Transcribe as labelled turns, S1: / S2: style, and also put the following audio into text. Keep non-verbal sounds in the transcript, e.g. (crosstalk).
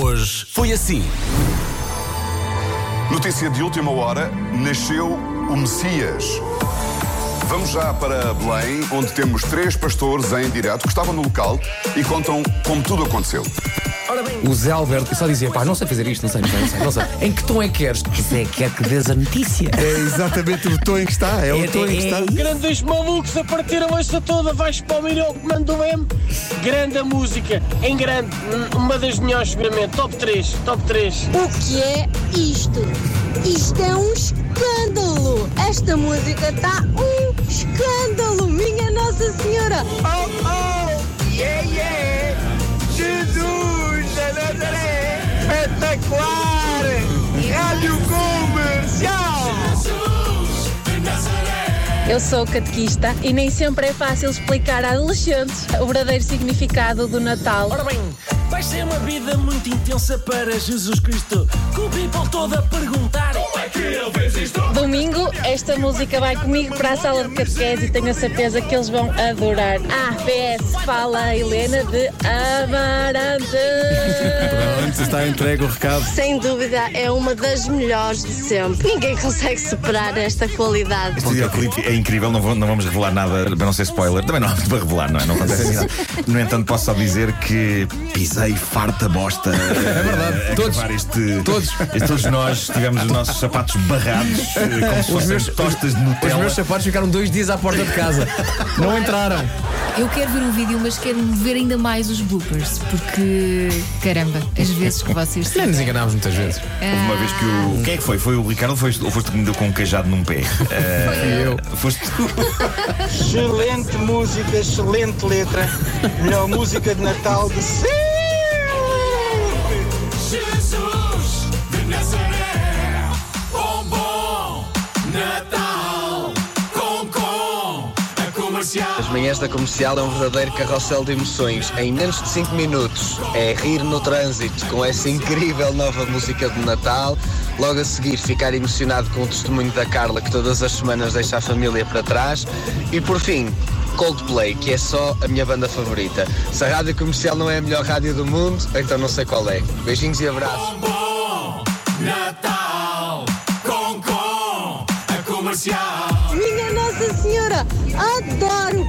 S1: Hoje foi assim.
S2: Notícia de última hora: nasceu o Messias. Vamos já para Belém, onde temos três pastores em direto que estavam no local e contam como tudo aconteceu.
S3: O Zé Alberto só dizia, pá, não sei fazer isto, não sei, não sei, não sei. não sei. em que tom é que queres?
S4: Zé, quer que dês a notícia.
S5: É exatamente o tom em que está, é o tom em que está.
S6: Grandes malucos, a partiram esta toda, vais para o melhor comando do M. Grande a música, em grande, um, uma das melhores seguramente, top 3, top 3.
S7: O que é isto? Isto é um escândalo! Esta música está um escândalo! Minha Nossa Senhora!
S6: Oh, oh, yeah, yeah, Jesus é, de Nazaré, espetacular, É rádio comercial.
S8: Eu sou catequista e nem sempre é fácil explicar a adolescentes o verdadeiro significado do Natal.
S9: Ora bem, vai ser uma vida muito intensa para Jesus Cristo. Com o people todo a perguntar: Como é que ele fez isto?
S8: Domingo, esta música vai comigo para a sala de catequese e tenho a certeza que eles vão adorar. Ah, PS, fala a Helena de Amarante.
S5: Pronto, está entregue o recado.
S7: Sem dúvida é uma das melhores de sempre. Ninguém consegue superar esta qualidade.
S10: Este videoclipe é incrível, não, vou- não vamos revelar nada, para não ser spoiler. Também não há muito para revelar, não é? Não acontece nada. No entanto, posso só dizer que pisei farta bosta.
S3: (laughs)
S10: É
S3: verdade. Todos.
S10: Este,
S3: Todos.
S10: este- todos nós tivemos os nossos sapatos barrados,
S3: (laughs)
S10: eh, como se fossem tostas de
S3: Os
S10: Nutella.
S3: meus sapatos ficaram dois dias à porta de casa. Não entraram.
S11: Eu quero ver um vídeo, mas quero ver ainda mais os bloopers, porque caramba, as vezes que vocês
S3: Já nos enganámos muitas vezes.
S10: Houve uma vez que o. Quem é que foi? Foi o Ricardo ou foste, ou foste que me deu com um cajado num pé? Eh, Foste tu.
S6: Excelente música, excelente letra, melhor música de Natal de sempre.
S9: Jesus de Nazaré, um bom Natal com com a comercial.
S6: As manhãs da comercial é um verdadeiro carrossel de emoções. Em menos de 5 minutos é rir no trânsito com essa incrível nova música de Natal. Logo a seguir, ficar emocionado com o testemunho da Carla, que todas as semanas deixa a família para trás. E por fim, Coldplay, que é só a minha banda favorita. Se a rádio comercial não é a melhor rádio do mundo, então não sei qual é. Beijinhos e abraços.
S9: Um bom Natal com com a comercial.
S7: Minha Nossa Senhora! Adoro,